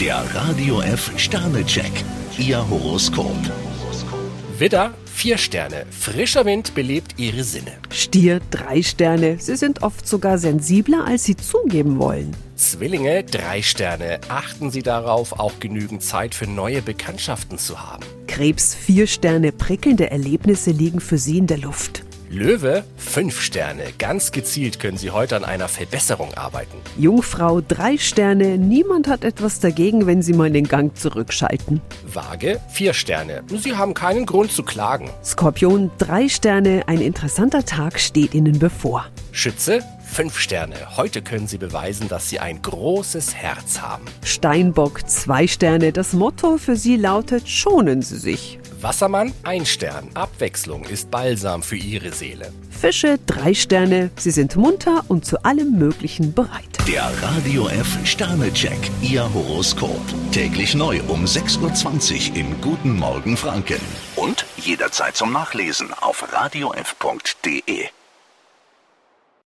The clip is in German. Der Radio F Sternecheck, Ihr Horoskop. Widder, vier Sterne. Frischer Wind belebt ihre Sinne. Stier drei Sterne. Sie sind oft sogar sensibler, als sie zugeben wollen. Zwillinge, drei Sterne. Achten Sie darauf, auch genügend Zeit für neue Bekanntschaften zu haben. Krebs vier Sterne. Prickelnde Erlebnisse liegen für sie in der Luft. Löwe, fünf Sterne. Ganz gezielt können Sie heute an einer Verbesserung arbeiten. Jungfrau drei Sterne. Niemand hat etwas dagegen, wenn sie mal den Gang zurückschalten. Waage, vier Sterne. Sie haben keinen Grund zu klagen. Skorpion drei Sterne. Ein interessanter Tag steht ihnen bevor. Schütze, fünf Sterne. Heute können Sie beweisen, dass Sie ein großes Herz haben. Steinbock zwei Sterne. Das Motto für sie lautet: Schonen Sie sich. Wassermann, ein Stern. Abwechslung ist Balsam für Ihre Seele. Fische drei Sterne. Sie sind munter und zu allem Möglichen bereit. Der Radio F Sternecheck, Ihr Horoskop. Täglich neu um 6.20 Uhr im Guten Morgen Franken. Und jederzeit zum Nachlesen auf radiof.de.